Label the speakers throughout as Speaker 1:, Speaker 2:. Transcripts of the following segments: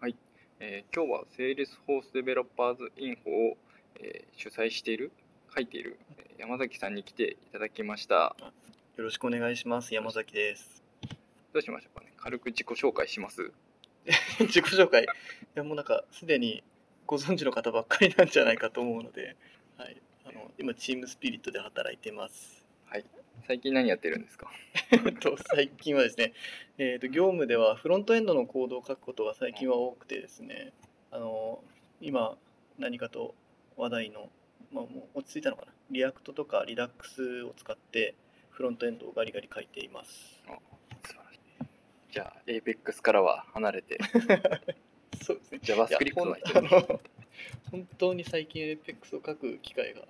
Speaker 1: はい、えー今日は Salesforce Developers Info を、えー主催している書いているえー山崎さんに来ていただきました
Speaker 2: よろしくお願いします。山崎です。
Speaker 1: どうしましょうかね軽く自己紹介します
Speaker 2: 自己紹介。いやもうなんかすでにご存知の方ばっかりなんじゃないかと思うので、はい。あの今チームスピリットで働いてます。
Speaker 1: 最近何やってるんですか
Speaker 2: えっと最近はですね、えっ、と業務ではフロントエンドのコードを書くことが最近は多くてですね、あの今何かと話題のまあもう落ち着いたのかな、リアクトとかリダックスを使ってフロントエンドをガリガリ書いています。
Speaker 1: 素晴らしいじゃあ APEX からは離れて
Speaker 2: そうですね。いや
Speaker 1: JavaScript
Speaker 2: ほん
Speaker 1: の
Speaker 2: あの本当に最近 APEX を書く機会が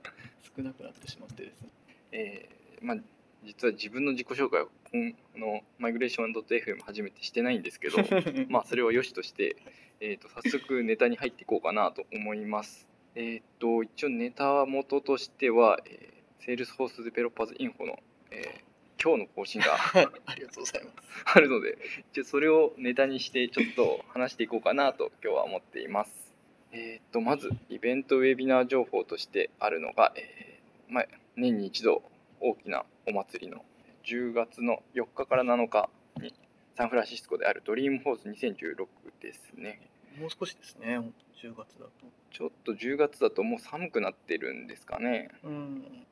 Speaker 2: 少なくなってしまってですね。
Speaker 1: えーまあ実は自分の自己紹介をこんあのマイグレーション .fm 初めてしてないんですけど まあそれを良しとして、えー、と早速ネタに入っていこうかなと思います。えっ、と一応ネタ元としては、えー、Salesforce Developers Info の、えー今日の更新が
Speaker 2: ありがとうございます。
Speaker 1: あるので一応それをネタにしてちょっと話していこうかなと今日は思っています。えっ、とまずイベントウェビナー情報としてあるのが、えーまあ、年に一度大きなお祭りの10月の4日から7日にサンフランシスコであるドリームホース2016ですね。
Speaker 2: もう少しですね、10月だと。
Speaker 1: ちょっと10月だともう寒くなってるんですかね
Speaker 2: うん。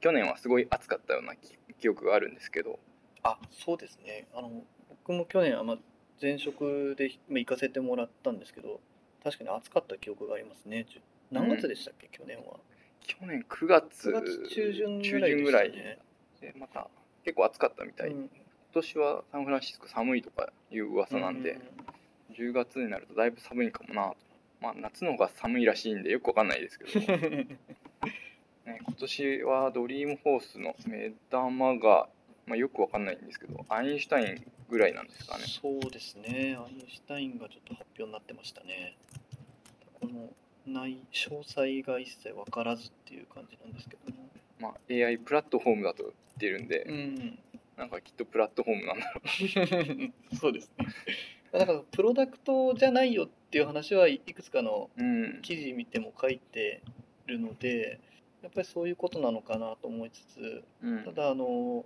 Speaker 1: 去年はすごい暑かったような記記憶があるんですけど
Speaker 2: あ、そうですね。あの僕も去年あまあ前職でまあ行かせてもらったんですけど、確かに暑かった記憶がありますね。じゅ何月でしたっけ、去年は。
Speaker 1: 去年9月
Speaker 2: 9月中旬ぐ
Speaker 1: 中
Speaker 2: らい
Speaker 1: 旬
Speaker 2: で
Speaker 1: ぐ
Speaker 2: し
Speaker 1: ら
Speaker 2: た
Speaker 1: い
Speaker 2: ね。
Speaker 1: でまた結構暑かったみたい、
Speaker 2: う
Speaker 1: 今
Speaker 2: ん
Speaker 1: 年はサンフランシスコ寒いとかいう噂なんで、10月になるとだいぶ寒いかもなと、まあ、夏の方が寒いらしいんでよくわかんないですけど、
Speaker 2: う
Speaker 1: ね、
Speaker 2: ん
Speaker 1: 今年はドリームホースの目玉が、まあ、よくわかんないんですけどアインシュタインぐらいなんですかね
Speaker 2: そうですね、アインシュタインがちょっと発表になってましたね。この内詳細が一切分からずっていう感じなんですけども。
Speaker 1: まあ、AI プラットフォームだと言ってるんで、
Speaker 2: ん、
Speaker 1: なんかきっとプラットフォームなんだろ
Speaker 2: そうですね。だからプロダクトじゃないよっていう話はいくつかの
Speaker 1: う。うん。
Speaker 2: 記事見ても書いてるので、やっぱりそういうことなのかなと思いつつ、
Speaker 1: うん
Speaker 2: た、だあの、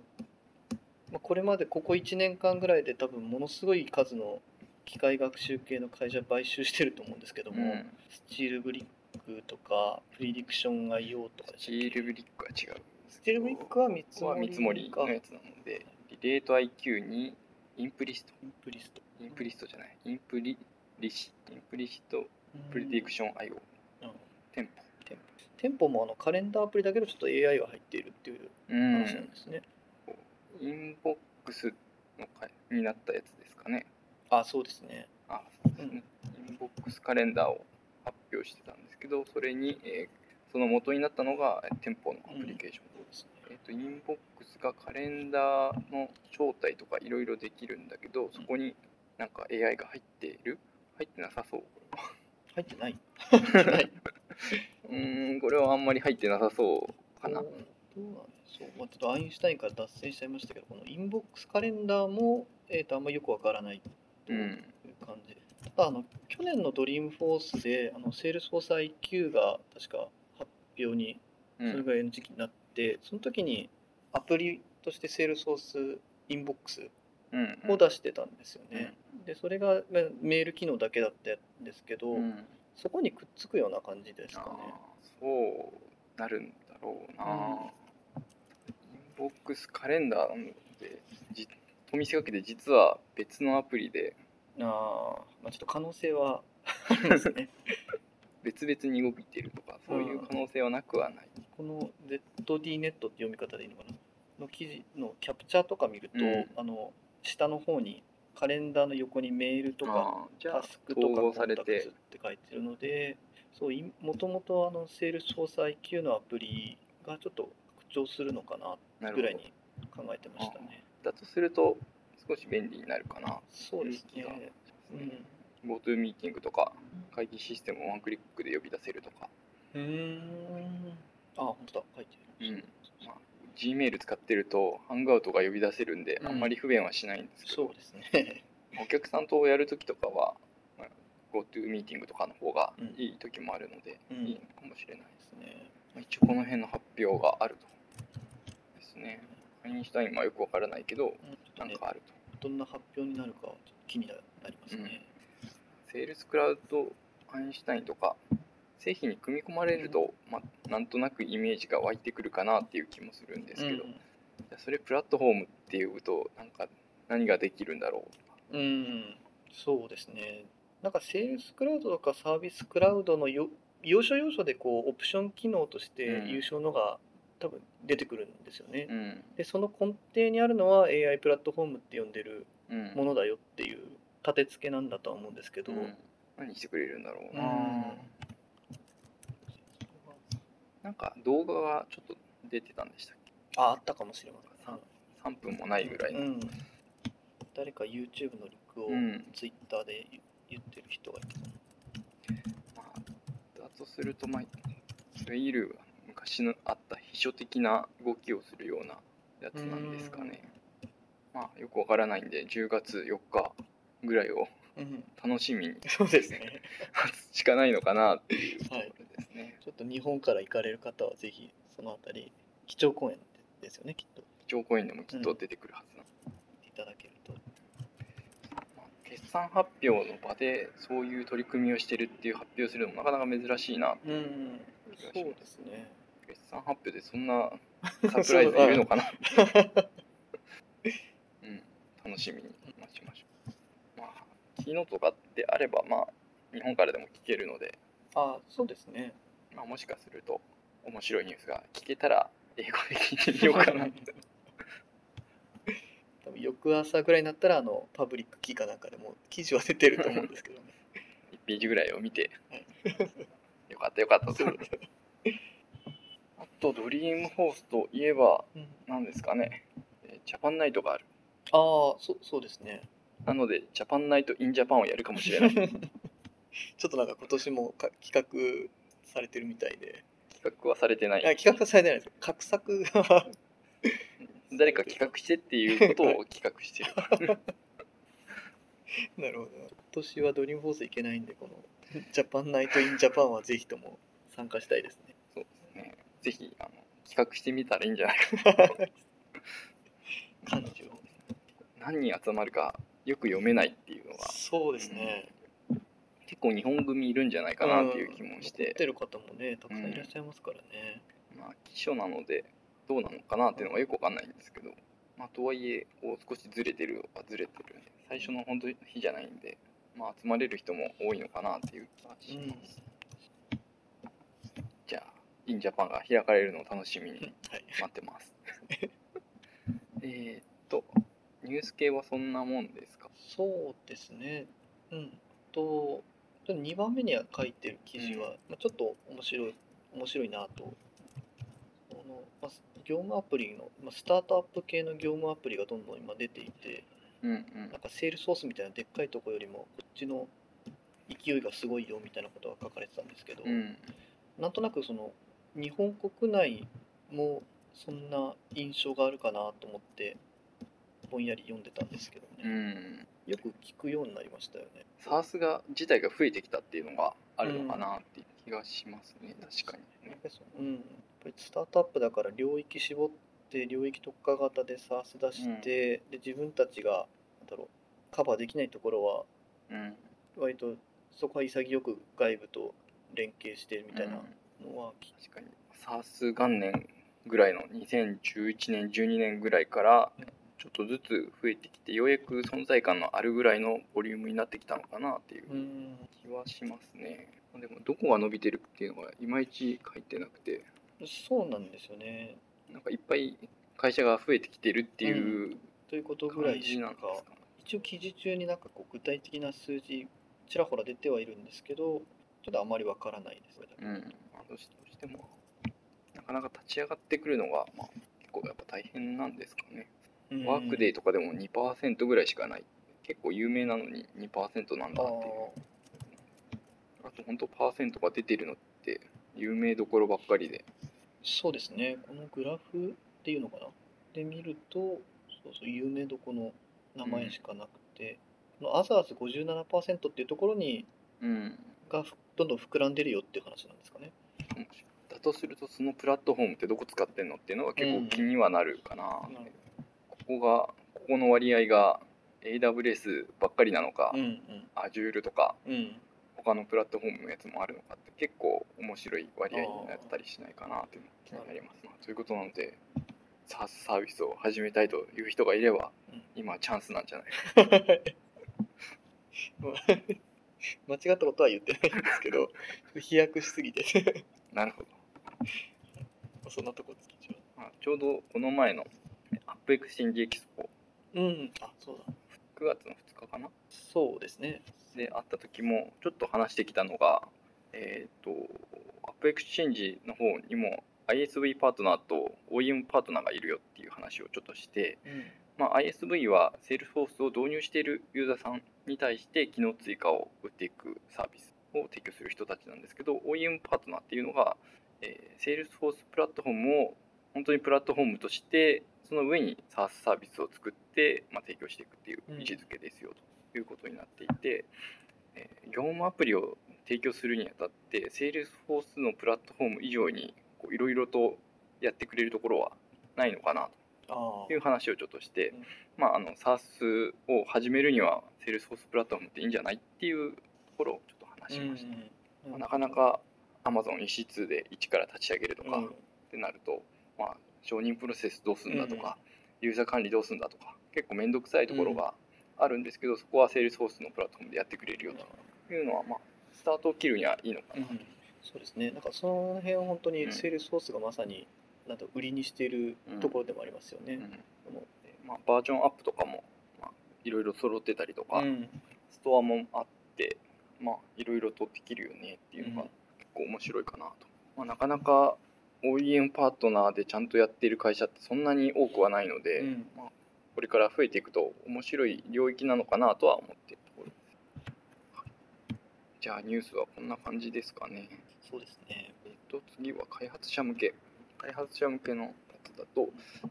Speaker 2: まあこれまでここ1年間ぐらいで多分ものすごい数の機械学習系の会社買収してると思うんですけども、
Speaker 1: うん
Speaker 2: スチールブリックとか、プリディクション IO とかでした
Speaker 1: シ
Speaker 2: っけ
Speaker 1: ールブリックは違う。
Speaker 2: スチールブリックは見
Speaker 1: こ
Speaker 2: 積
Speaker 1: こは
Speaker 2: も
Speaker 1: 見
Speaker 2: り
Speaker 1: 積もりのやつなので、リレート IQ にインプリスト、
Speaker 2: インプリスト。
Speaker 1: インプリストじゃない、インプリリシ、インプリシト、プリティク
Speaker 2: シ
Speaker 1: ション IO、
Speaker 2: ョン。
Speaker 1: テンポ。
Speaker 2: 店舗もあのカレンダーアプリだけどちょっと AI が入っているっていう
Speaker 1: う
Speaker 2: 話なん
Speaker 1: ん。
Speaker 2: ですね。
Speaker 1: インボックスのかになったやつですかね。
Speaker 2: あ、そうですね。
Speaker 1: あ、そうですね。インボックスカレンダーを発表してたんですけど、それに、えーその元になったのがえーテンポのアプリケーション。
Speaker 2: そうですね
Speaker 1: えっとインボックスがカレンダーの招待とかいろいろできるんだけどそこになんか AI が入っている入ってなさそう
Speaker 2: 入ってない。 入ってない。
Speaker 1: うーんこれはあんまり入ってなさそうかな
Speaker 2: どうどうなんでしょう。まあ、ちょっとアインシュタインから脱線しちゃいましたけど、このインボックスカレンダーも、えー、とあんまりよくわからないと
Speaker 1: う
Speaker 2: いうん感じ。ただあの、去年のドリームフォースで、あのセールスフォース IQ が確か発表に、
Speaker 1: う
Speaker 2: それ
Speaker 1: ん
Speaker 2: ぐらいの時期になって、その時にアプリとしてセールスフォースインボックス
Speaker 1: うん
Speaker 2: を出してたんですよね。でそれがまあメール機能だけだったんですけど、
Speaker 1: うん
Speaker 2: そこにくっつくような感じです
Speaker 1: あ
Speaker 2: かね。
Speaker 1: ーそうなるんだろうなインボックスカレンダーなのでじと見せかけて実は別のアプリで
Speaker 2: あーまあ、ちょっと可能性はありますね。
Speaker 1: 別々に動いているとかそういう可能性はなくはない
Speaker 2: この ZD ネットって読み方でいいのかなの記事のキャプチャーとか見る
Speaker 1: う
Speaker 2: と、
Speaker 1: ん
Speaker 2: あの下の方にカレンダーの横にメールとか
Speaker 1: あーじゃあ
Speaker 2: タスクとか
Speaker 1: 統合
Speaker 2: コンタ
Speaker 1: さ
Speaker 2: ク
Speaker 1: れ
Speaker 2: ツってて書いてるのでそういもともとあのセールスフォース IQ のアプリがちょっと拡張するのかな
Speaker 1: なるほ
Speaker 2: ぐ
Speaker 1: ど
Speaker 2: らいに考えてましたね。
Speaker 1: だとすると少し便利になるかな
Speaker 2: そうですね。うん。
Speaker 1: GoTo ミーティングとか会議システムをワンクリックで呼び出せるとか、
Speaker 2: うーん。あ、本当だ。書いてる。
Speaker 1: うんまあ、Gmail 使ってると Hangout が呼び出せるんで
Speaker 2: うん
Speaker 1: あんまり不便はしないんですけど、
Speaker 2: そうですね。
Speaker 1: お客さんとやるときとかはまあ GoTo ミーティングとかの方が
Speaker 2: うん
Speaker 1: いい時もあるので、
Speaker 2: うん
Speaker 1: いいのかもしれないです。
Speaker 2: すね。
Speaker 1: まあ一応この辺の発表があると。ですね。アインシュタインはよくわからないけど、
Speaker 2: うんちょっと
Speaker 1: なん
Speaker 2: ね
Speaker 1: かあると。
Speaker 2: どんな発表になるかちょっと気になりますね。
Speaker 1: セールスクラウドアインシュタインとか製品に組み込まれると、まあ、なんとなくイメージが湧いてくるかなっていう気もするんですけど、
Speaker 2: うん
Speaker 1: それプラットフォームっていうとなんか何ができるんだろ
Speaker 2: うん、そうですね。なんかセールスクラウドとかサービスクラウドのよ要所要所でこうオプション機能として
Speaker 1: うん
Speaker 2: 優勝のが多分出てくるんですよね
Speaker 1: う、。うん
Speaker 2: でその根底にあるのは AI プラットフォームって呼んでる
Speaker 1: うん、
Speaker 2: ものだよっていう立て付けなんだとは思うんですけど、
Speaker 1: うん何してくれるんだろう
Speaker 2: う
Speaker 1: な、
Speaker 2: ん
Speaker 1: なんか動画がちょっと出てたんでしたっけ
Speaker 2: ああったかもしれません。
Speaker 1: 3分もないぐらいの、
Speaker 2: うん、誰か YouTube のリンクを
Speaker 1: うん
Speaker 2: ツイッターで言ってる人がいた
Speaker 1: まあ、だとすると、まあ、いわゆる昔のあった秘書的な動きをするようなやつなんですかね。まあ、よくわからないんで、10月4日ぐらいを
Speaker 2: うん、
Speaker 1: 楽しみに
Speaker 2: そうですね。
Speaker 1: 待つしかないのかなっていうとこ
Speaker 2: は
Speaker 1: ろ
Speaker 2: い
Speaker 1: ですね。
Speaker 2: ちょっと日本から行かれる方はぜひそのあたり基調講演ですよねきっと
Speaker 1: 基調講演でもきっと出てくるはずな、
Speaker 2: 見ていただけると
Speaker 1: まあ決算発表の場でそういう取り組みをしてるっていう発表するのもなかなか珍しいな。
Speaker 2: うん
Speaker 1: そう
Speaker 2: すね
Speaker 1: 決算発表でそんなサプライズいるの かなうん、楽しみに待ちましょう。まあ、昨日とかであれば、まあ、日本からでも聞けるので、
Speaker 2: あそうですね。
Speaker 1: まあ、もしかすると面白いニュースが聞けたら、英語で聞いてみようかな
Speaker 2: 多分翌朝ぐらいになったらあのパブリックキーかなんかでもう記事は出てると思うんですけどね
Speaker 1: 1ページぐらいを見て
Speaker 2: はい、
Speaker 1: よかったよかったと。あと、ドリームホースといえば、
Speaker 2: うん
Speaker 1: 何ですかね、えージャパンナイトがある。
Speaker 2: ああそうそうですね
Speaker 1: なので、ジャパンナイト・イン・ジャパンをやるかもし れない。
Speaker 2: ちょっとなんか今年もか企画されてるみたいで、
Speaker 1: 企画はされてない。
Speaker 2: あ企画はされてないです画策が
Speaker 1: 誰か企画してっていうことを企画してる
Speaker 2: なるほど今年はドリームフォース行けないんでこのジャパンナイト・イン・ジャパンはぜひとも参加したいですね
Speaker 1: そうですねぜひあの企画してみたらいいんじゃないか
Speaker 2: 感じを
Speaker 1: 何人集まるかよく読めないっていうのが
Speaker 2: そうですね、
Speaker 1: 結構日本組いるんじゃないかなっていう気もし、
Speaker 2: 残っててる方もねたくさんいらっしゃいますからね、
Speaker 1: まあ秘書なのでどうなのかなっていうのがよくわかんないんですけどまあとはいえこう少しずれてるはずれてるんで最初の本当に日じゃないんでまあ集まれる人も多いのかなっていう気がします、じゃあインジャパンが開かれるのを楽しみに
Speaker 2: はい
Speaker 1: 待ってますえーっとニュース系はそんなもんですか
Speaker 2: そうですねうんと2番目には書いてる記事は、
Speaker 1: うん
Speaker 2: まあ、ちょっと面白い面白いなとその、まあ、業務アプリの、まあ、スタートアップ系の業務アプリがどんどん今出ていて
Speaker 1: うんうん
Speaker 2: なんかセールソースみたいなでっかいとこよりもこっちの勢いがすごいよみたいなことが書かれてたんですけど、
Speaker 1: うん
Speaker 2: なんとなくその日本国内もそんな印象があるかなと思ってぼんやり読んでたんですけど
Speaker 1: う
Speaker 2: ね、
Speaker 1: ん
Speaker 2: よく聞くようになりましたよね。
Speaker 1: サースが自体が増えてきたっていうのがあるのかなっていう気がしますね、確かに
Speaker 2: や
Speaker 1: ね
Speaker 2: っぱりそのうん、やっぱりスタートアップだから領域絞って領域特化型で s a ス s 出して、で自分たちがなんだろうカバーできないところは
Speaker 1: うん
Speaker 2: 割とそこは潔く外部と連携してみたい
Speaker 1: うん
Speaker 2: なのはき、
Speaker 1: 確かにサース元年ぐらいの2011年12年ぐらいから
Speaker 2: うん
Speaker 1: ちょっとずつ増えてきてようやく存在感のあるぐらいのボリュームになってきたのかなっていう
Speaker 2: うん
Speaker 1: 気はしますね、でもどこが伸びてるっていうのがいまいち書いてなくて
Speaker 2: そうなんですよね。
Speaker 1: なんかいっぱい会社が増えてきてるっていう
Speaker 2: ということぐら
Speaker 1: 感
Speaker 2: いし
Speaker 1: じ
Speaker 2: か
Speaker 1: なんですか、
Speaker 2: 一応記事中になんかこう具体的な数字ちらほら出てはいるんですけどちょっとあまりわからないです。
Speaker 1: うん、まあどうしどうしてもなかなか立ち上がってくるのが、まあ、結構やっぱ大変なんですかね
Speaker 2: うん
Speaker 1: ワークデーとかでも2%ぐらいしかない結構有名なのに2%なんだ
Speaker 2: あ
Speaker 1: っていうあと本当パーセントが出てるのって有名どころばっかりで
Speaker 2: そうですね、このグラフっていうのかな、で見ると、そうそう、有名どこの名前しかなくて、このアザーズ57%っていうところに、
Speaker 1: うん、
Speaker 2: がどんどん膨らんでるよっていう話なんですかね。
Speaker 1: だとするとそのプラットフォームってどこ使ってんのっていうのが結
Speaker 2: う
Speaker 1: 構
Speaker 2: ん
Speaker 1: 気にはなるかな、
Speaker 2: なる
Speaker 1: ここがここの割合が AWS ばっかりなのか、
Speaker 2: うん
Speaker 1: Azure とか
Speaker 2: うんうん。
Speaker 1: 他のプラットフォームのやつもあるのかって結構面白い割合になったりしないかなっていうのが気になりますね、ということなので SaaS サービスを始めたいという人がいれば
Speaker 2: うん
Speaker 1: 今はチャンスなんじゃないか
Speaker 2: 間違ったことは言ってないんですけど、飛躍しすぎて、
Speaker 1: なるほど、
Speaker 2: そんなとこつきちゃ
Speaker 1: まあ、ちょうどこの前のアップエクシンジエキスポ
Speaker 2: う。うん、あそうだ。
Speaker 1: 9月の2日かな
Speaker 2: そうですね。
Speaker 1: で会った時もちょっと話してきたのがえっ、とアップエクスチェンジの方にも ISV パートナーと OEM パートナーがいるよっていう話をちょっとして、
Speaker 2: うん
Speaker 1: まあ、ISV は Salesforce を導入しているユーザーさんに対して機能追加を打っていくサービスを提供する人たちなんですけど OEM パートナーっていうのが、えー、Salesforce プラットフォームを本当にプラットフォームとしてその上に SaaS サービスを作って、まあ、提供していくっていう位置づけですよということになっていて、えー業務アプリを提供するにあたって Salesforce のプラットフォーム以上にこういろいろとやってくれるところはないのかなと。
Speaker 2: あ
Speaker 1: っていう話をちょっとして
Speaker 2: うん、
Speaker 1: まあ、あの SARS を始めるには Salesforce プラットフォームっていいんじゃないっていうところをちょっと
Speaker 2: あ
Speaker 1: 話しました、
Speaker 2: うん
Speaker 1: まあなかなか Amazon EC2 で一から立ち上げると
Speaker 2: う
Speaker 1: かっ
Speaker 2: ん
Speaker 1: てなると、まあ、承認プロセスどうするんだとか、ユーザー管理どうするんだとか結構面倒くさいところがあるんですけど、そこは Salesforce のプラットフォームでやってくれるよというのは、まあ、スタートを切るにはいいのか
Speaker 2: う
Speaker 1: な、
Speaker 2: んそうですね。なんかその辺は本当
Speaker 1: う
Speaker 2: に
Speaker 1: ん
Speaker 2: セールスフォースがまさになんと売りにしているところでもありますよ
Speaker 1: う
Speaker 2: ね。
Speaker 1: んでまあ、バージョンアップとかも、まあ、いろいろ揃ってたりとか、
Speaker 2: うん
Speaker 1: ストアもあってまあいろいろとできるよねっていうの
Speaker 2: うん
Speaker 1: が結構面白いかなと、まあ、なかなか OEM パートナーでちゃんとやってる会社ってそんなに多くはないので、
Speaker 2: うん
Speaker 1: これから増えていくと面白い領域なのかなとは思ってるところじゃあニュースはこんな感じですかね
Speaker 2: そうですね。
Speaker 1: えっと次は開発者向け開発者向けのやつだと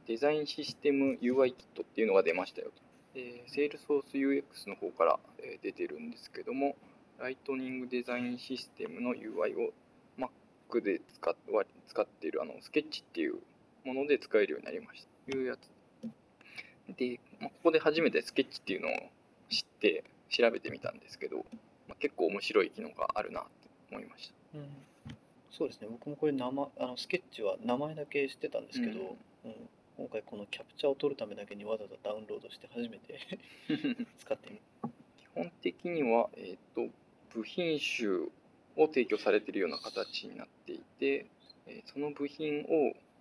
Speaker 1: デザインシステム UI キットっていうのが出ましたよと、えー、Salesforce UX の方から、えー出てるんですけどもライトニングデザインシステムの UI を Mac で使っ割使っているあのスケッチっていうもので使えるようになりましたというやつで、まあ、ここで初めてスケッチっていうのを知って調べてみたんですけど、まあ、結構面白い機能があるなって思いました
Speaker 2: うんそうですね。僕もこれ名前あのスケッチは名前だけ知ってたんですけど、うん今回このキャプチャーを撮るためだけにわざわざダウンロードして初めて 使ってみ
Speaker 1: 基本的には、えー、と部品集を提供されているような形になっていて、えーその部品を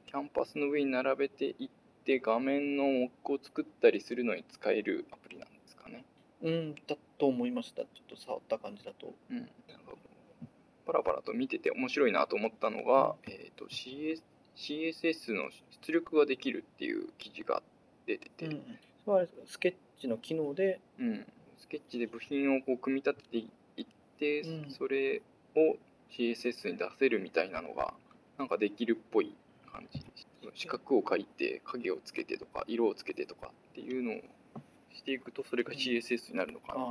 Speaker 1: キャンパスの上に並べていって画面の模ックを作ったりするのに使えるアプリなんですかね。
Speaker 2: うんだと思いました。ちょっと触った感じだと。
Speaker 1: うん、なんかこうパラパラと見てて面白いなと思ったのが、えー、と CS CSS の出力ができるっていう記事が出てて、
Speaker 2: うんそれはあれですかスケッチの機能で、
Speaker 1: うん、スケッチで部品をこう組み立てていって、
Speaker 2: うん
Speaker 1: それを CSS に出せるみたいなのがなんかできるっぽい感じ四角を描いて影をつけてとか色をつけてとかっていうのをしていくとそれが CSS になるのか
Speaker 2: あ
Speaker 1: な、
Speaker 2: あ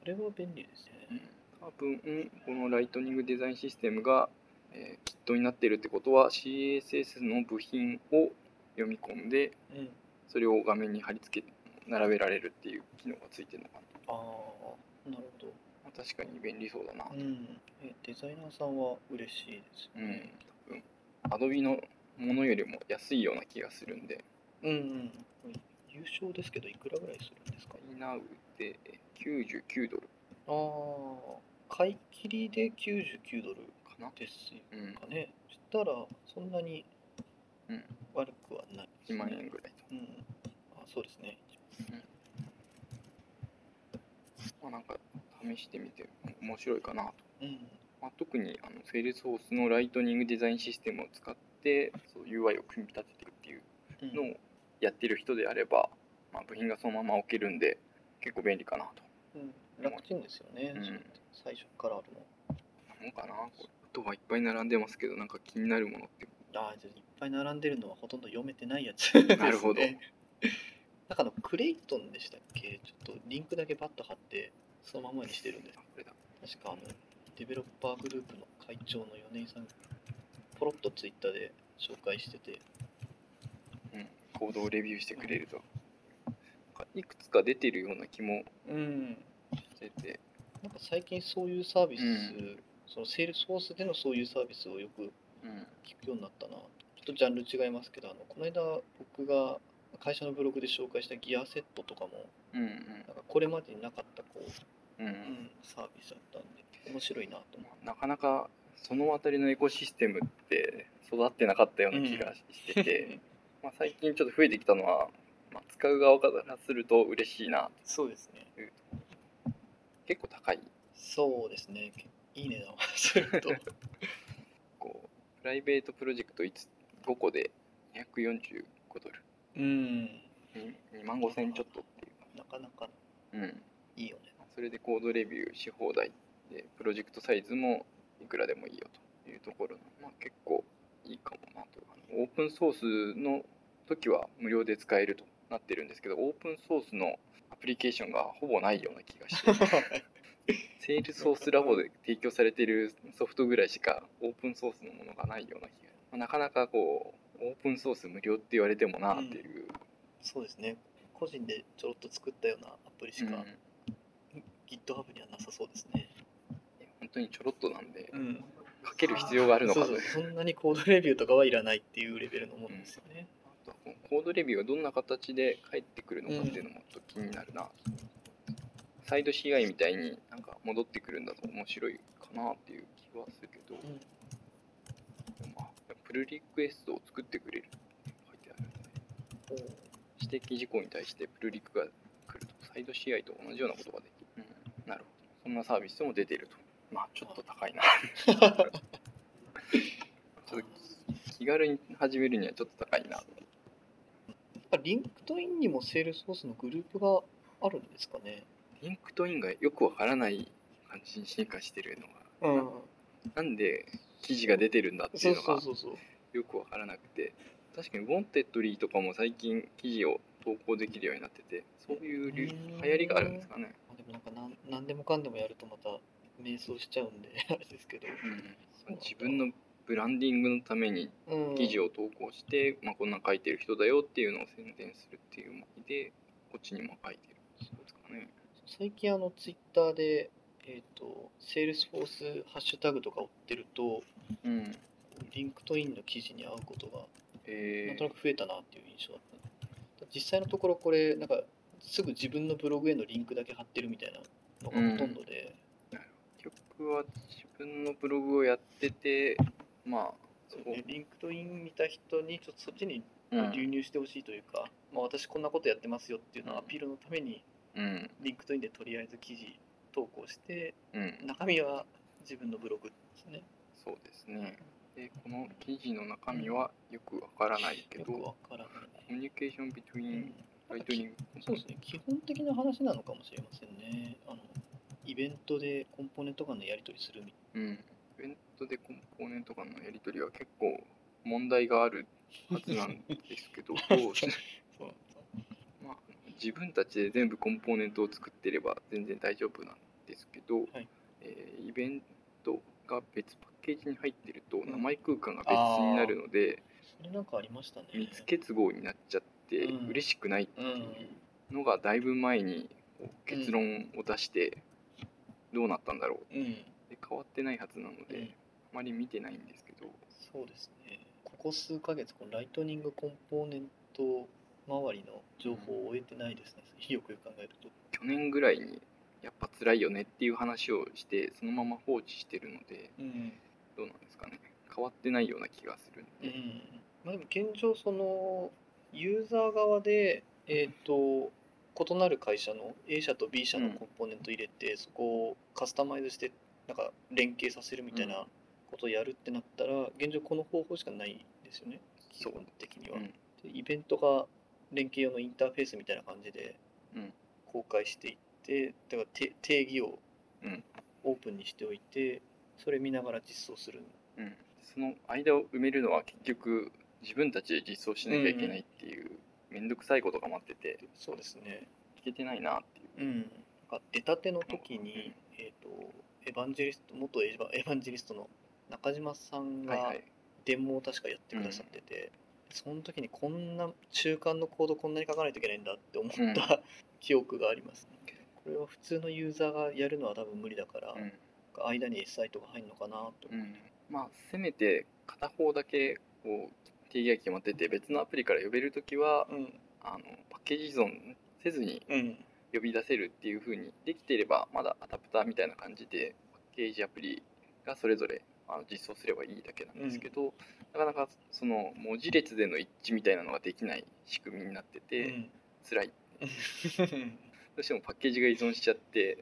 Speaker 2: それは便利です
Speaker 1: う
Speaker 2: ね。
Speaker 1: ん多分このライトニングデザインシステムが、えーキットになってるってことは CSS の部品を読み込んで
Speaker 2: うん
Speaker 1: それを画面に貼り付け並べられるっていう機能がついてるのかな
Speaker 2: ああなるほど。
Speaker 1: まあ確かに便利そうだな
Speaker 2: うん、えデザイナーさんは嬉しいです
Speaker 1: う
Speaker 2: よ
Speaker 1: ん
Speaker 2: ね。、
Speaker 1: 多分 Adobe のものよりも安いような気がするんで、
Speaker 2: うん、うん、優勝ですけどいくらぐらいするんですか。
Speaker 1: ナウで99ドル
Speaker 2: ああ買い切りで99ドル
Speaker 1: かな。
Speaker 2: ですよ
Speaker 1: うん、
Speaker 2: ね。そしたらそんなに
Speaker 1: うん
Speaker 2: 悪くはないです
Speaker 1: 1
Speaker 2: ね、
Speaker 1: 万円ぐらいと。
Speaker 2: うん、あそうですね。
Speaker 1: まあ、なんか試してみて面白いかなと。
Speaker 2: うん、
Speaker 1: まあ、特にあの Salesforce のライトニングデザインシステムを使ってそう UI を組み立てていくっていう
Speaker 2: うん
Speaker 1: のをやってる人であれば、まあ、部品がそのまま置けるんで結構便利かなと。
Speaker 2: うん、楽ちんですよね。
Speaker 1: うん
Speaker 2: そうやって最初からあるの。
Speaker 1: なのかなこれあとはいっぱい並んでますけどなんか気になるものって
Speaker 2: ああじゃあいっぱい並んでるのはほとんど読めて ないやつ
Speaker 1: なるほど
Speaker 2: ですね中のクレイトンでしたっけちょっとリンクだけパッと貼ってそのままにしてるんです
Speaker 1: あこれだ
Speaker 2: 確かあのデベロッパーグループの会長の米井さんポロッとツイッターで紹介してて
Speaker 1: うん、コードをレビューしてくれると。なんかいくつか出てるような気も
Speaker 2: うん
Speaker 1: してて、
Speaker 2: なんか最近そういうサービス、
Speaker 1: うん
Speaker 2: そのセールスフォースでのそういうサービスをよく
Speaker 1: うん、
Speaker 2: 聞くようになったなちょっとジャンル違いますけどあのこの間僕が会社のブログで紹介したギアセットとかも
Speaker 1: うん、
Speaker 2: なんかこれまでになかったこう、
Speaker 1: うん、う。
Speaker 2: うんん、サービスだったんで面白いなと思
Speaker 1: なかなかその辺りのエコシステムって育ってなかったような気がして
Speaker 2: って、
Speaker 1: て、まあ最近ちょっと増えてきたのは、まあ、使う側からすると嬉しいな。
Speaker 2: そうですね
Speaker 1: 結構高い。
Speaker 2: そうですねいいねだわ すると
Speaker 1: こうプライベートプロジェクト5つ5個で245ドル。
Speaker 2: うん
Speaker 1: 2万5千ちょっとってい
Speaker 2: なかなか
Speaker 1: う。うん。
Speaker 2: いいよね
Speaker 1: それでコードレビューし放題でプロジェクトサイズもいくらでもいいよというところの、まあ、結構いいかもなというオープンソースの時は無料で使えるとなってるんですけどオープンソースのアプリケーションがほぼないような気が してセールソースラボで提供されているソフトぐらいしかオープンソースのものがないような気が、まあなかなかこうオープンソース無料って言われてもなっていう、
Speaker 2: そうですね個人でちょろっと作ったようなアプリしか、
Speaker 1: うん
Speaker 2: GitHub にはなさそうですね、
Speaker 1: 本当にちょろっとなんで
Speaker 2: ん、
Speaker 1: かける必要があるのか
Speaker 2: そう
Speaker 1: と
Speaker 2: そ
Speaker 1: いう
Speaker 2: うそんなにコードレビューとかはいらないっていうレベルのものですよね、
Speaker 1: コードレビューがどんな形で返ってくるのかっていうのもちょっと気になるな、サイド CI みたいになんか戻ってくるんだと面白いかなっていう気はするけど、
Speaker 2: ん
Speaker 1: でもまあプルリクエストを作ってくれるって書いてあるんで指摘事項に対してプルリクが来るとサイド CI と同じようなことができる、うんなるほどそんなサービスも出てるとまあちょっと高いなちょっと気軽に始めるにはちょっと高いな
Speaker 2: やっぱリンクトインにもセールスフォースのグループがあるんですかね
Speaker 1: リンクトインがよくわからない感じに進化してるのが、なんで記事が出てるんだって
Speaker 2: そ
Speaker 1: いううの
Speaker 2: そう
Speaker 1: が
Speaker 2: そうそう
Speaker 1: よくわからなくて確かにウォンテッドリーとかも最近記事を投稿できるようになっててそういう流
Speaker 2: うん
Speaker 1: 流行りがあるんですかね、
Speaker 2: まあでもなんかなん何でもかんでもやるとまた迷走しちゃうんで あれですけど
Speaker 1: うん自分のブランディングのために記事
Speaker 2: を
Speaker 1: を投稿して、まあ、こんなん書いてる人だよっていうのを宣伝するっていう目的でこっちにも書いてるそうですかね
Speaker 2: 最近あのツイッターでえっ、とセールスフォースハッシュタグとか追ってると
Speaker 1: うん
Speaker 2: リンクトインの記事に合うことがな
Speaker 1: え
Speaker 2: んと
Speaker 1: ー
Speaker 2: なく増えたなっていう印象だった、実際のところこれなんかすぐ自分のブログへのリンクだけ貼ってるみたいなのがほとんどで、
Speaker 1: 僕は自分のブログをやっててまあ
Speaker 2: そうねリンクトイン見た人にちょっとそっちに
Speaker 1: うん
Speaker 2: 流入してほしいというか、まあ、私こんなことやってますよっていうのをアピールのために
Speaker 1: うん
Speaker 2: リンクトインでとりあえず記事投稿して
Speaker 1: うん、
Speaker 2: 中身は自分のブログですね
Speaker 1: そうですね。で、この記事の中身はよくわからないけ
Speaker 2: よ
Speaker 1: ど、
Speaker 2: くわ
Speaker 1: コ
Speaker 2: からない、
Speaker 1: ミュニケーション between
Speaker 2: う
Speaker 1: ライトニ
Speaker 2: ん
Speaker 1: ング
Speaker 2: そうですね基本的な話なのかもしれませんねあのイベントでコンポーネント間のやり取りするみ
Speaker 1: うん。イベントでコンポーネント間のやり取りは結構問題があるはずなんです けど、どうし
Speaker 2: たいな
Speaker 1: まあ、自分たちで全部コンポーネントを作ってれば全然大丈夫なんですけど、
Speaker 2: はい
Speaker 1: えーイベントが別パッケージに入ってると
Speaker 2: ん
Speaker 1: 名前空間が別になるので、
Speaker 2: それなんかありましたね
Speaker 1: 見つ結合になっちゃって
Speaker 2: うん
Speaker 1: 嬉しくないって
Speaker 2: う
Speaker 1: い
Speaker 2: ん
Speaker 1: うのがだいぶ前にこう結論を出してどうなったんだろ
Speaker 2: うん
Speaker 1: うで変わってないはずなの
Speaker 2: うん
Speaker 1: であまり見てないんですけど
Speaker 2: そうですねここ数ヶ月このライトニングコンポーネント周りの情報を終えてないですね、よくよく考えると
Speaker 1: 去年ぐらいにやっぱ辛いよねっていう話をしてそのまま放置してるので
Speaker 2: うん、
Speaker 1: どうなんですかね変わってないような気がするん
Speaker 2: う
Speaker 1: で
Speaker 2: んまあ、でも現状そのユーザー側でえっ、と異なる会社の A 社と B 社のコンポーネント入れて、そこをカスタマイズしてなんか連携させるみたいなことをやるってなったら、現状この方法しかないんですよね基
Speaker 1: そう
Speaker 2: 本的に
Speaker 1: う
Speaker 2: は、
Speaker 1: ん
Speaker 2: でイベントが連携用のインターフェースみたいな感じで
Speaker 1: うん
Speaker 2: 公開していってだからて定義を
Speaker 1: うん
Speaker 2: オープンにしておいてそれ見ながら実装する
Speaker 1: うんその間を埋めるのは結局自分たちで実装しなきゃいけないっていう面倒くさいことが待ってて
Speaker 2: そうですね
Speaker 1: いけてないなっていう
Speaker 2: うん、なんか出たての時に、えー、とエヴァンジェリスト元エヴァエヴァンジェリストの中島さん
Speaker 1: はい
Speaker 2: が
Speaker 1: はい。
Speaker 2: 伝聞を確かやってくださってて、その時にこんな中間のコードこんなに書かないといけないんだって思った、 記憶があります、ね、これは普通のユーザーがやるのは多分無理だから、
Speaker 1: うん
Speaker 2: 間にサイトが入るのかなと、
Speaker 1: うん、まあせめて片方だけこう定義が決まってて別のアプリから呼べるときは
Speaker 2: うん
Speaker 1: あのパッケージ依存せずに
Speaker 2: うん
Speaker 1: 呼び出せるっていう風にできていればまだアダプターみたいな感じでパッケージアプリがそれぞれあの実装すればいいだけなんですけど、なかなかその文字列での一致みたいなのができない仕組みになって
Speaker 2: う
Speaker 1: て、
Speaker 2: ん
Speaker 1: 辛いどうしてもパッケージが依存しちゃって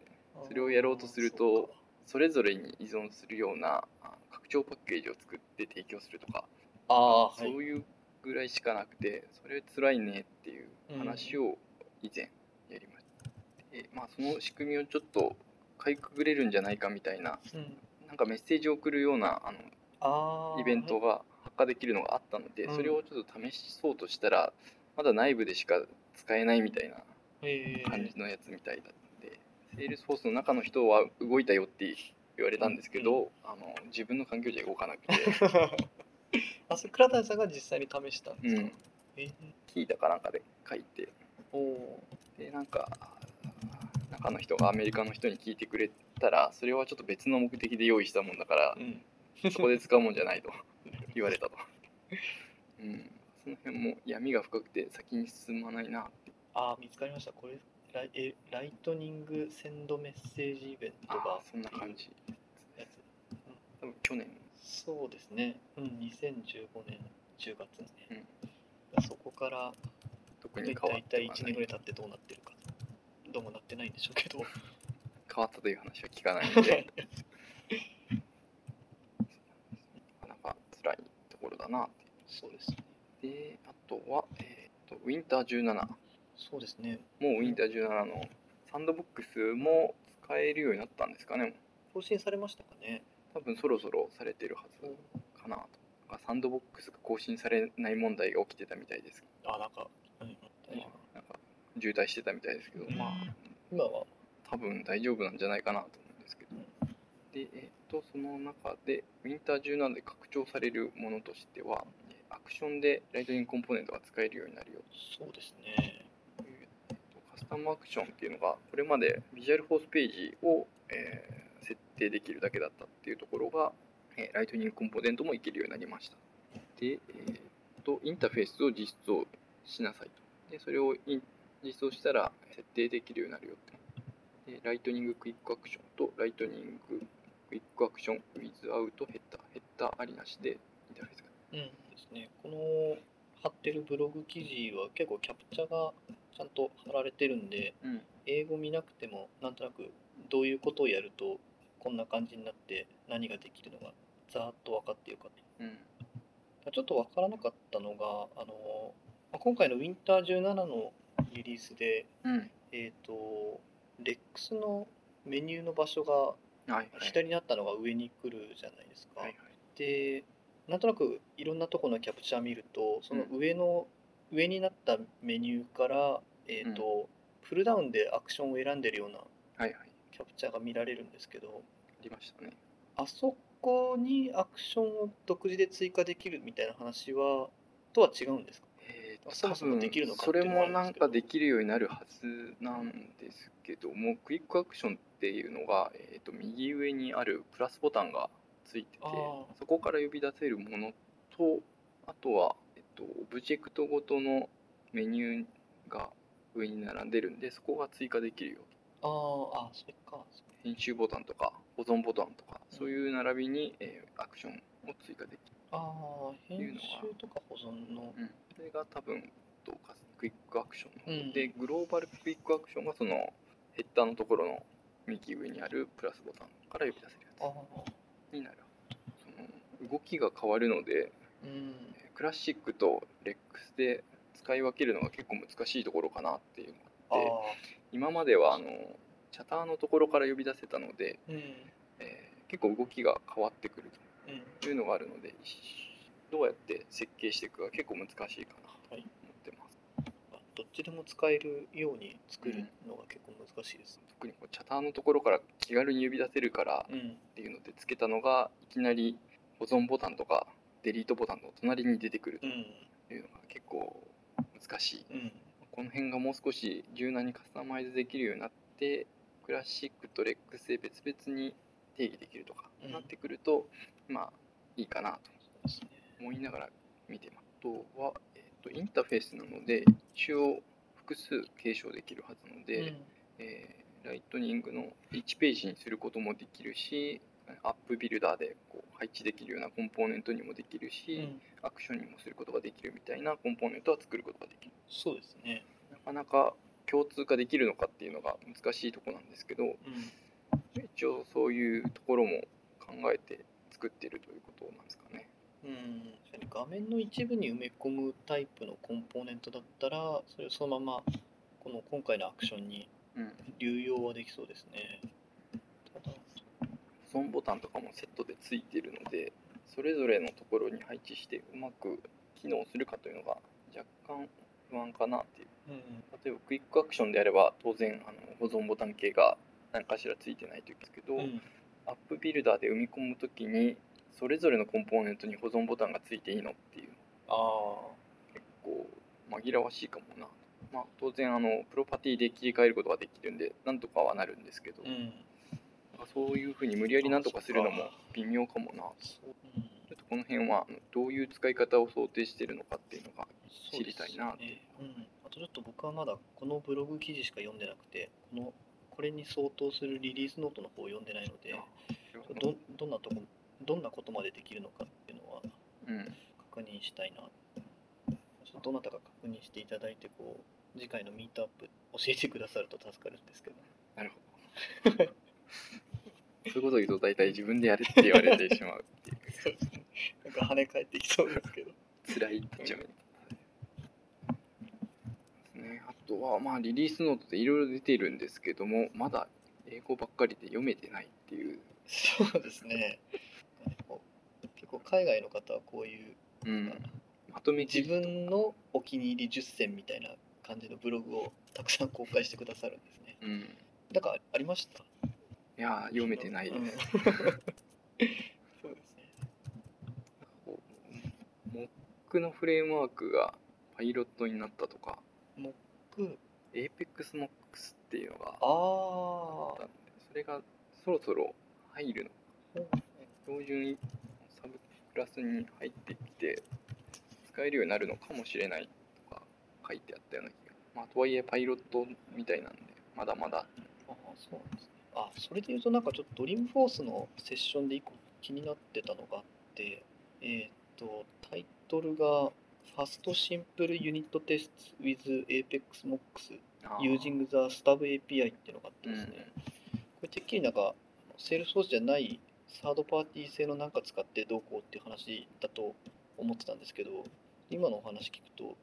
Speaker 1: それをやろうとするとそれぞれに依存するようなあ拡張パッケージを作って提供するとか
Speaker 2: ああー
Speaker 1: そう
Speaker 2: はい
Speaker 1: いうぐらいしかなくてそれ辛いねっていう話を以前やりました、でまあ、その仕組みをちょっとかいくぐれるんじゃないかみたいな
Speaker 2: うん
Speaker 1: なんかメッセージを送るようなあの
Speaker 2: あー
Speaker 1: イベントが発火できるのがあったので、
Speaker 2: うん
Speaker 1: それをちょっと試そうとしたらまだ内部でしか使えないみたいな
Speaker 2: へー
Speaker 1: 感じのやつみたいだったんで、セールスフォースの中の人は動いたよって言われたんですけど、あの自分の環境じゃ動かなくて
Speaker 2: あそれ倉谷さんが実際に試したんですか、
Speaker 1: うん
Speaker 2: えー
Speaker 1: 聞いたかなんかで書いて
Speaker 2: おお
Speaker 1: でなんか中の人がアメリカの人に聞いてくれたらそれはちょっと別の目的で用意したもんだから
Speaker 2: ー、うん、
Speaker 1: そこで使うもんじゃないと 言われたと、うん、その辺も闇が深くて先に進まないな
Speaker 2: ああ見つかりましたこれライえライトニングセンドメッセージイベントが
Speaker 1: あーそんな感じ
Speaker 2: やつ
Speaker 1: 多分去年
Speaker 2: そうですね、うん、2015年10月ですね、そこから
Speaker 1: 特に
Speaker 2: 大
Speaker 1: 変わった
Speaker 2: 体1
Speaker 1: はな
Speaker 2: 年
Speaker 1: い
Speaker 2: ぐらい経ってどうなってるかどうもなってないんでしょうけど
Speaker 1: 変わったという話は聞かないので なかなか辛いところだなっ
Speaker 2: そうですね
Speaker 1: てであとは、えー、とウィンター17
Speaker 2: そうですね
Speaker 1: もうウィンター17のサンドボックスも使えるようになったんですかね
Speaker 2: 更新されましたかね
Speaker 1: 多分そろそろされてるはずかなとなんかサンドボックスが更新されない問題が起きてたみたいです
Speaker 2: あなんか、うん、
Speaker 1: けど、
Speaker 2: 大丈
Speaker 1: まあなんか渋滞してたみたいですけど、
Speaker 2: うん
Speaker 1: まあ
Speaker 2: 夫今は
Speaker 1: 多分大丈夫なんじゃないかなと思うんですけど、
Speaker 2: うん
Speaker 1: でえっとその中でウィンター17で拡張されるものとしてはえアクションでライトニングコンポーネントが使えるようになるよ
Speaker 2: そうですね
Speaker 1: という、えっとカスタムアクションっていうのがこれまでビジュアルフォースページを、えー設定できるだけだったっていうところが、えーライトニングコンポーネントもいけるようになりましたで、えーっとインターフェースを実装しなさいとでそれをイン実装したら設定できるようになるよってでライトニングクイックアクションとライトニングクイックアクションウィズアウトヘッダーヘッダーありなしでインターフェースが
Speaker 2: うんですねこの貼ってるブログ記事は結構キャプチャがちゃんと貼られてるんで
Speaker 1: うん
Speaker 2: 英語見なくてもなんとなくどういうことをやるとこんな感じになって何ができるのがざーっと分かってるかと
Speaker 1: うん
Speaker 2: ちょっと分からなかったのがあのまあ今回のウィンター17のリリースで、
Speaker 1: うん
Speaker 2: えー、とレックスのメニューの場所が
Speaker 1: はいはい
Speaker 2: 下になったのが上に来るじゃないですか。
Speaker 1: はいはい
Speaker 2: でなんとなくいろんなとこのキャプチャー見るとその上の、上になったメニューから、えーとプルダウンでアクションを選んでるような
Speaker 1: はいはい
Speaker 2: キャプチャーが見られるんですけど
Speaker 1: ありましたね
Speaker 2: あそこにアクションを独自で追加できるみたいな話はとは違うんですか
Speaker 1: えーと
Speaker 2: そもそも
Speaker 1: 多分
Speaker 2: できるのか
Speaker 1: それも
Speaker 2: っていうのは
Speaker 1: な
Speaker 2: あるんです
Speaker 1: ん
Speaker 2: けど
Speaker 1: かできるようになるはずなんですけどもクイックアクションっていうのが、えー、と右上にあるプラスボタンがついてて
Speaker 2: あー
Speaker 1: そこから呼び出せるものとあとは、えっとオブジェクトごとのメニューが上に並んでるんでそこが追加できるよ
Speaker 2: あーあそれか
Speaker 1: 編集ボタンとか保存ボタンとかそういう並びに、えーアクションを追加できる
Speaker 2: ああ
Speaker 1: いう
Speaker 2: 編
Speaker 1: のは
Speaker 2: 集とか保存の
Speaker 1: うんそれが多分どうかクイックアクションの方、
Speaker 2: うん
Speaker 1: でグローバルクイックアクションがそのヘッダーのところの右上にあるプラスボタンから呼び出せる
Speaker 2: あ
Speaker 1: やつになるその動きが変わるので
Speaker 2: ーうん
Speaker 1: えークラシックとレックスで使い分けるのが結構難しいところかなっていうの
Speaker 2: あ
Speaker 1: があって今まではあのチャターのところから呼び出せたので、
Speaker 2: ーうん
Speaker 1: えー結構動きが変わってくる
Speaker 2: うん
Speaker 1: というのがあるのでどうやって設計していくか結構難しいかなと思ってます。
Speaker 2: あどっちでも使えるように作るのが結構難しいです、
Speaker 1: 特にこうチャターのところから気軽に呼び出せるから
Speaker 2: うん
Speaker 1: っていうのでつけたのがいきなり保存ボタンとかデリートボタンの隣に出てくると
Speaker 2: うん
Speaker 1: いうのが結構難しい
Speaker 2: うん
Speaker 1: この辺がもう少し柔軟にカスタマイズできるようになってクラシックとレックスで別々に定義できるとか
Speaker 2: うん
Speaker 1: なってくると、まあいいかなと
Speaker 2: そうですね
Speaker 1: 思いながら見てますあとは、えっとインターフェースなので一応複数継承できるはずなので、えーライトニングの1ページにすることもできるしアップビルダーでこう配置できるようなコンポーネントにもできる
Speaker 2: う
Speaker 1: し、
Speaker 2: んうん
Speaker 1: アクションにもすることができるみたいなコンポーネントは作ることができる
Speaker 2: そうですね、
Speaker 1: なかなか共通化できるのかっていうのが難しいとこなんですけど
Speaker 2: うん
Speaker 1: 一応そういうところも考えて作ってるということなんですかね。
Speaker 2: うん、画面の一部に埋め込むタイプのコンポーネントだったらそれをそのままこの今回のアクションに
Speaker 1: うん、
Speaker 2: 流用はできそうですねただ
Speaker 1: 保存ボタンとかもセットでついてるのでそれぞれのところに配置してうまく機能するかというのが若干不安かなっていう
Speaker 2: うん
Speaker 1: 例えばクイックアクションであれば当然あの保存ボタン系が何かしらついてないというんですけど、
Speaker 2: うん
Speaker 1: アップビルダーで埋め込むときにそれぞれのコンポーネントに保存ボタンがついていいのっていう
Speaker 2: ああ
Speaker 1: 結構紛らわしいかもな、まあ、当然あのプロパティで切り替えることができるんでなんとかはなるんですけど、
Speaker 2: うん
Speaker 1: なんかそういうふうに無理やりなんとかするのも微妙かもな
Speaker 2: そう
Speaker 1: ちょっとこの辺はあのどういう使い方を想定してるのかっていうのが知りたいなって
Speaker 2: そうですねうん、あとちょっと僕はまだこのブログ記事しか読んでなくてこのこれに相当するリリースノートの方を読んでないのでどどんなとこどんなことまでできるのかっていうのは
Speaker 1: うん
Speaker 2: 確認したいなちょっとどなたか確認していただいてこう次回のミートアップ教えてくださると助かるんで すけど
Speaker 1: なるほ ど。そういうことを言うと大体自分でやれって言われてしまうっていう
Speaker 2: そうですねなんか跳ね返ってきそうですけど
Speaker 1: 辛い立ち上がりですね。あとはまあリリースノートでいろいろ出ているんですけどもまだ英語ばっかりで読めてないっていう、
Speaker 2: そうですねこう結構海外の方はこういう
Speaker 1: うん、まとめ記
Speaker 2: 自
Speaker 1: 事
Speaker 2: 分のお気に入り10選みたいな感じのブログをたくさん公開してくださるんですね
Speaker 1: うん、
Speaker 2: だからありました
Speaker 1: いやー読めてない
Speaker 2: うん
Speaker 1: です。
Speaker 2: そうですね
Speaker 1: こうモックのフレームワークがパイロットになったとか
Speaker 2: 僕
Speaker 1: APEX モックスっていうのがあっ
Speaker 2: あ
Speaker 1: たのでそれがそろそろ入るの
Speaker 2: あ
Speaker 1: 標準サブクラスに入ってきて使えるようになるのかもしれないとか書いてあったような気が、まあ、とはいえパイロットみたいなんでまだまだ
Speaker 2: ああそうなんですね。あそれで言うとなんかちょっとドリームフォースのセッションで一個気になってたのがあってえーっとタイトルが「Fast Simple Unit Tests with Apex Mox
Speaker 1: あー
Speaker 2: Using the Stub API」っていうのがあってですね、これてっきりなんかセールスフォースじゃないサードパーティー製のなんか使ってどうこうっていう話だと思ってたんですけど今のお話聞くと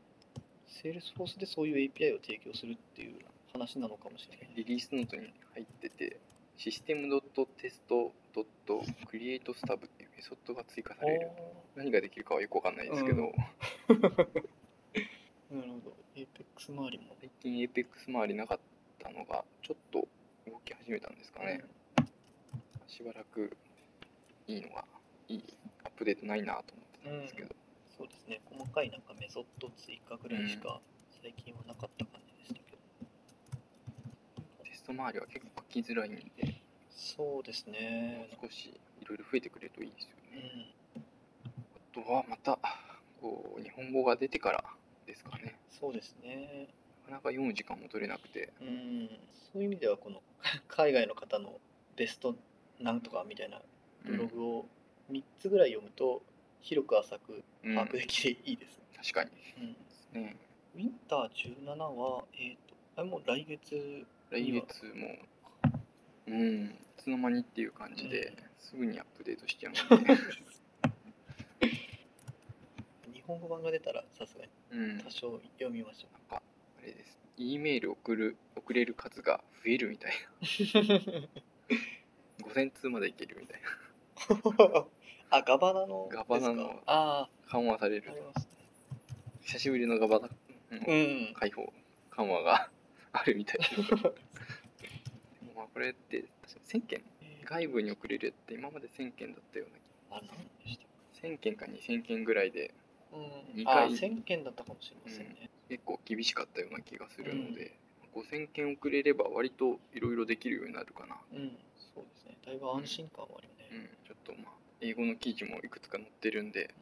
Speaker 2: セールスフォースでそういう API を提供するっていう話なのかもしれない。
Speaker 1: リリースノートに入っててシステム .test.createStub っていうメソッドが追加される何ができるかはよくわかんないですけど、
Speaker 2: うんなるほど。APEX 周りも。
Speaker 1: 最近 APEX 周りなかったのがちょっと動き始めたんですかね、しばらくいいのがいいアップデートないなと思ってたんですけど、
Speaker 2: そうですね。細かいなんかメソッド追加ぐらいしか最近はなかった感じでしたけど。
Speaker 1: テスト周りは結構書きづらいんで、
Speaker 2: そうですね。
Speaker 1: もう少しいろいろ増えてくれるといいですよ
Speaker 2: う
Speaker 1: ね。
Speaker 2: ん。
Speaker 1: あとはまたこう日本語が出てからですかね
Speaker 2: そうですね。
Speaker 1: なかなか読む時間も取れなくて
Speaker 2: うん。そういう意味ではこの 海外の方のベストなんとかみたいなブログを3つぐらい読むと広く浅く
Speaker 1: うん
Speaker 2: 把握できていいです。
Speaker 1: 確かに
Speaker 2: うん。
Speaker 1: ね
Speaker 2: ウィンター17は、えっ、と、あれもう来月
Speaker 1: 来月もうんいつの間にっていう感じで、
Speaker 2: うん
Speaker 1: すぐにアップデートしちゃうの で、
Speaker 2: 日本語版が出たらさすがに
Speaker 1: うん、
Speaker 2: 多少読み ましょ
Speaker 1: なんかあれです。E メール送る送れる数が増えるみたいな。5000通 までいけるみたいな。
Speaker 2: う。あ、ガバナのですか。
Speaker 1: ガバナの
Speaker 2: あ
Speaker 1: 緩和され
Speaker 2: あ、あり
Speaker 1: る。
Speaker 2: ます
Speaker 1: 久しぶりのガバだ。
Speaker 2: ね。
Speaker 1: 解放。緩和が あるみたいでまあこれって確か1000件外部に送れるって今まで1000件だったような
Speaker 2: あ何でした
Speaker 1: 1000件か2000件ぐらいで
Speaker 2: うん、
Speaker 1: 二
Speaker 2: あ
Speaker 1: 回
Speaker 2: 1000件だったかもしれませんね、
Speaker 1: 結構厳しかったような気がするので、5000件送れれば割といろいろできるようになるかな、
Speaker 2: うんそうですねだいぶ安心感はあるよね、
Speaker 1: うん、ちょっとまあ英語の記事もいくつか載ってるんで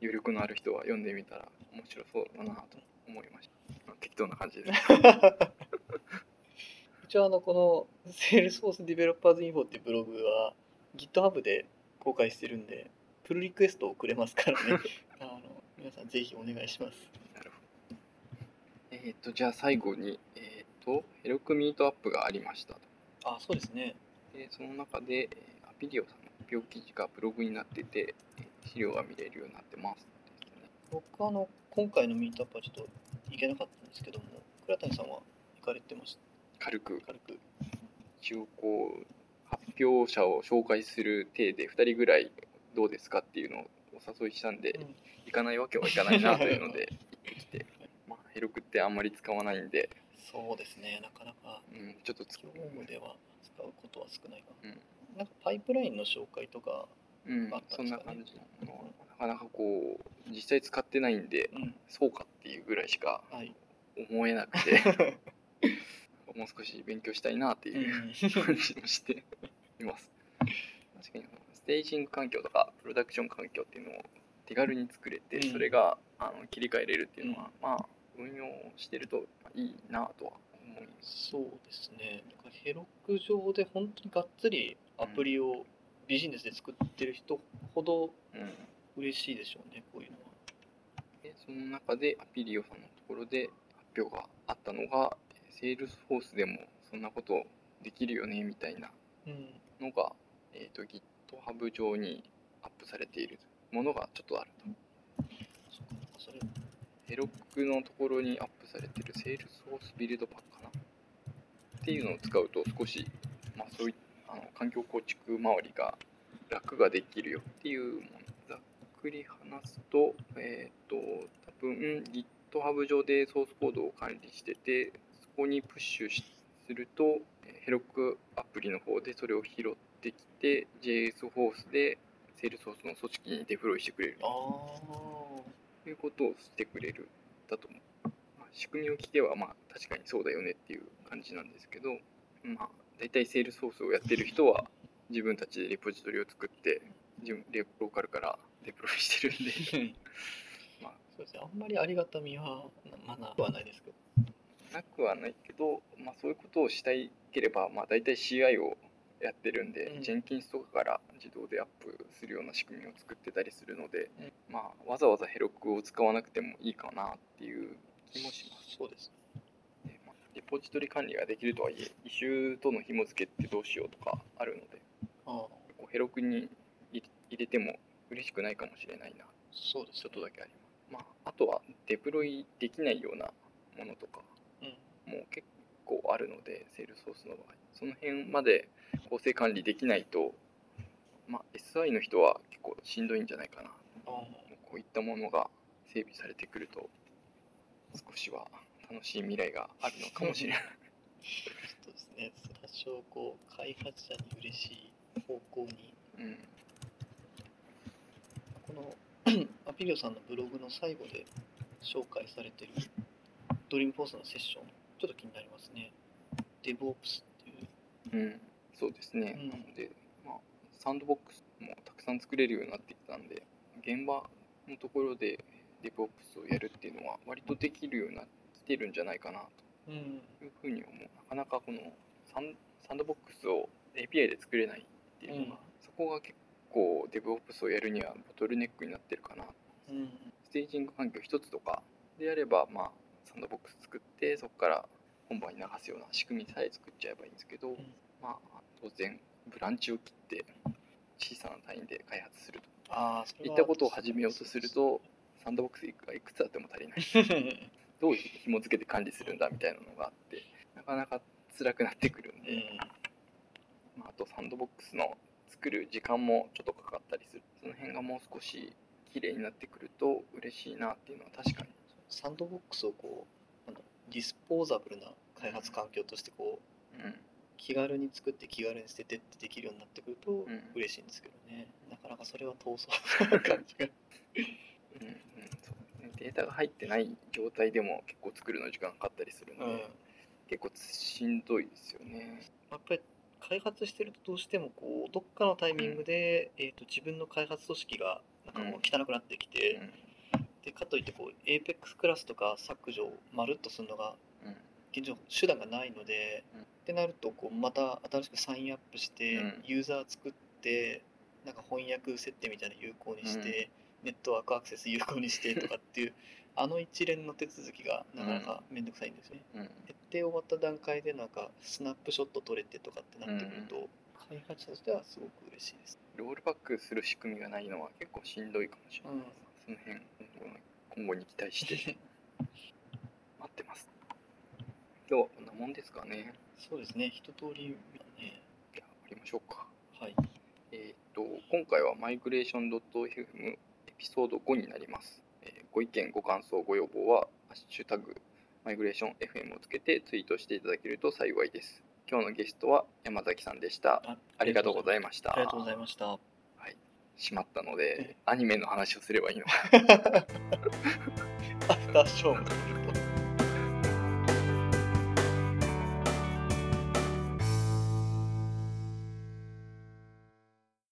Speaker 1: 余力のある人は読んでみたら面白そうだなと思いました適当な感じですね
Speaker 2: 一応あのこの Salesforce Developers Info っていうブログは GitHub で公開してるんでプルリクエストをくれますから ねあの皆さんぜひお願いします
Speaker 1: なるほどえっとじゃあ最後にえっ、とヘロクミートアップがありましたと
Speaker 2: あそうですね
Speaker 1: でその中で、えーアピリオさんの病記事がブログになっててえー資料が見れるようになってます
Speaker 2: 僕あの今回のミートアップはちょっと行けなかったんですけども倉谷さんは行かれてまし
Speaker 1: 軽く
Speaker 2: た軽く
Speaker 1: 一応こう発表者を紹介する体で2人ぐらいどうですかっていうのをお誘いしたんで、
Speaker 2: うん
Speaker 1: 行かないわけはいかないなというので行ってきて、まあ、ヘロクってあんまり使わないんで、
Speaker 2: そうですねなかなか
Speaker 1: うん、ちょっとつ
Speaker 2: 業務では使うことは少ないかな、なんかパイプラインの紹介とか、
Speaker 1: うん
Speaker 2: あっ、た
Speaker 1: そ
Speaker 2: んで
Speaker 1: んな
Speaker 2: すかね
Speaker 1: 感じのものなかなかこう実際使ってないんで
Speaker 2: うん、
Speaker 1: そうかっていうぐらいしか
Speaker 2: はい、
Speaker 1: 思えなく てもう少し勉強したいなって
Speaker 2: う
Speaker 1: いう。感
Speaker 2: ん、
Speaker 1: じもしています。確かにステージング環境とかプロダクション環境っていうのを手軽に作れて、
Speaker 2: うん
Speaker 1: それがあの切り替えれるっていうのは、まあ運用してるといいなとは思います。
Speaker 2: そうですね。だからヘロク上で本当にがっつりアプリをビジネスで作ってる人ほど
Speaker 1: うん
Speaker 2: 嬉しいでしょうね、こういうのは。
Speaker 1: でその中でアピリオさんのところで発表があったのが、セールスフォースでもそんなことできるよねみたいな
Speaker 2: うん、
Speaker 1: のが、えー、と GitHub 上にアップされているものがちょっとあると。
Speaker 2: そっかそれ
Speaker 1: ヘロクのところにアップされてる Salesforce ビルドパックかなっていうのを使うと少し、まあ、そういあの環境構築周りが楽ができるよっていうものざっくり話すと,、えー、と多分 GitHub 上でソースコードを管理しててそこにプッシュしするとえーヘロクアプリの方でそれを拾ってきて JS ホースで Salesforce の組織にデプロイしてくれる
Speaker 2: ああ、
Speaker 1: ということをしてくれるだと思う、まあ仕組みを聞けばまあ確かにそうだよねっていう感じなんですけどまあ大体セールスソースをやってる人は自分たちでレポジトリを作って自分レローカルからデプロイしてるんでまあ
Speaker 2: そうですね。あんまりありがたみはまあなくはないですけど。
Speaker 1: なくはないけど、まあ、そういうことをしたいければ、まあ、大体 CI をやってるんで、
Speaker 2: うん
Speaker 1: ジェンキンスとかから自動でアップするような仕組みを作ってたりするので、
Speaker 2: うん
Speaker 1: まあ、わざわざヘロクを使わなくてもいいかなっていう気もします。
Speaker 2: そうです。
Speaker 1: でまあレポジトリ管理ができるとはいえ、イシューとの紐付けってどうしようとかあるので、
Speaker 2: ああ、
Speaker 1: こうヘロクに入れても嬉しくないかもしれないな、
Speaker 2: そうです
Speaker 1: ちょ
Speaker 2: よ
Speaker 1: っ。とだけあります。まあ、あとはデプロイできないようなものとか
Speaker 2: うん。
Speaker 1: も結構あるので、セールソースの場合、その辺まで構成管理できないと、まあ、SI の人は結構しんどいんじゃないかな。
Speaker 2: ああ、
Speaker 1: こういったものが整備されてくると、少しは楽しい未来があるのかもしれない。
Speaker 2: そうですね。多少こう開発者に嬉しい方向に
Speaker 1: うん
Speaker 2: この アピリオさんのブログの最後で紹介されてるドリームフォースのセッション、ちょっと気になりますね。DevOps っていう。
Speaker 1: うん、そうですね、
Speaker 2: うん
Speaker 1: なので、まあ、サンドボックスもたくさん作れるようになってきたんで現場のところで DevOps をやるっていうのは割とできるようになってるんじゃないかな
Speaker 2: うん。
Speaker 1: というふうに思うなかなかこのサンサンドボックスを API で作れないっていうのが、
Speaker 2: うん
Speaker 1: そこが結構 DevOps をやるにはボトルネックになってるかな
Speaker 2: うん。
Speaker 1: ステージング環境一つとかであれば、まあ、サンドボックス作ってそこから本番に流すような仕組みさえ作っちゃえばいいんですけど、まあ、当然ブランチを切って小さな単位で開発すると
Speaker 2: ああ、それ
Speaker 1: い
Speaker 2: は
Speaker 1: ったことを始めようとするとサンドボックスがいくつあっても足りない
Speaker 2: そうですね、
Speaker 1: どう紐付けて管理するんだみたいなのがあってなかなか辛くなってくるん
Speaker 2: う
Speaker 1: で、
Speaker 2: ん。
Speaker 1: まあ、あとサンドボックスの作る時間もちょっとかかったりするその辺がもう少し綺麗になってくると嬉しいなっていうのは確かに
Speaker 2: サンドボックスをこう、なんだろうディスポーザブルな開発環境としてこう気軽に作って気軽に捨ててってできるようになってくると
Speaker 1: ん
Speaker 2: 嬉しいんですけどね、なかなかそれは遠そうな感じが
Speaker 1: うんうんそうねデータが入ってない状態でも結構作るの時間かかったりするの
Speaker 2: うん
Speaker 1: で、結構しんどいですよね。
Speaker 2: やっぱり開発してるとどうしてもこうどっかのタイミングで、えー、と自分の開発組織がなんかこう汚くなってきて、でかといってこう APEX クラスとか削除をまるっとするのが
Speaker 1: うん
Speaker 2: 現状手段がないので、
Speaker 1: うん
Speaker 2: ってなるとこうまた新しくサインアップして、
Speaker 1: うん
Speaker 2: ユーザー作ってなんか翻訳設定みたいなの有効にして、ネットワークアクセス有効にしてとかっていうあの一連の手続きがなかなか面倒くさいんですね。
Speaker 1: うんうん
Speaker 2: 設定終わった段階でなんかスナップショット取れてとかってなってくると、開発者としてはすごく嬉しいです。
Speaker 1: ロールバックする仕組みがないのは結構しんどいかもしれないです。その辺今後の今後に期待して 待ってます。今日はこんなもんですかね。
Speaker 2: そうですね一通り、ね
Speaker 1: じゃあ終わりましょうか。
Speaker 2: はい、
Speaker 1: えー、と今回はマイグレーション .fm エピソード5になります、えーご意見ご感想ご要望は「ハッシュタグマイグレーション FM」をつけてツイートしていただけると幸いです今日のゲストは山崎さんでした
Speaker 2: あ
Speaker 1: ありがとうございました
Speaker 2: ありがとうございま した。
Speaker 1: しまったのでアニメの話をすればいいのか
Speaker 2: アフターショーも撮る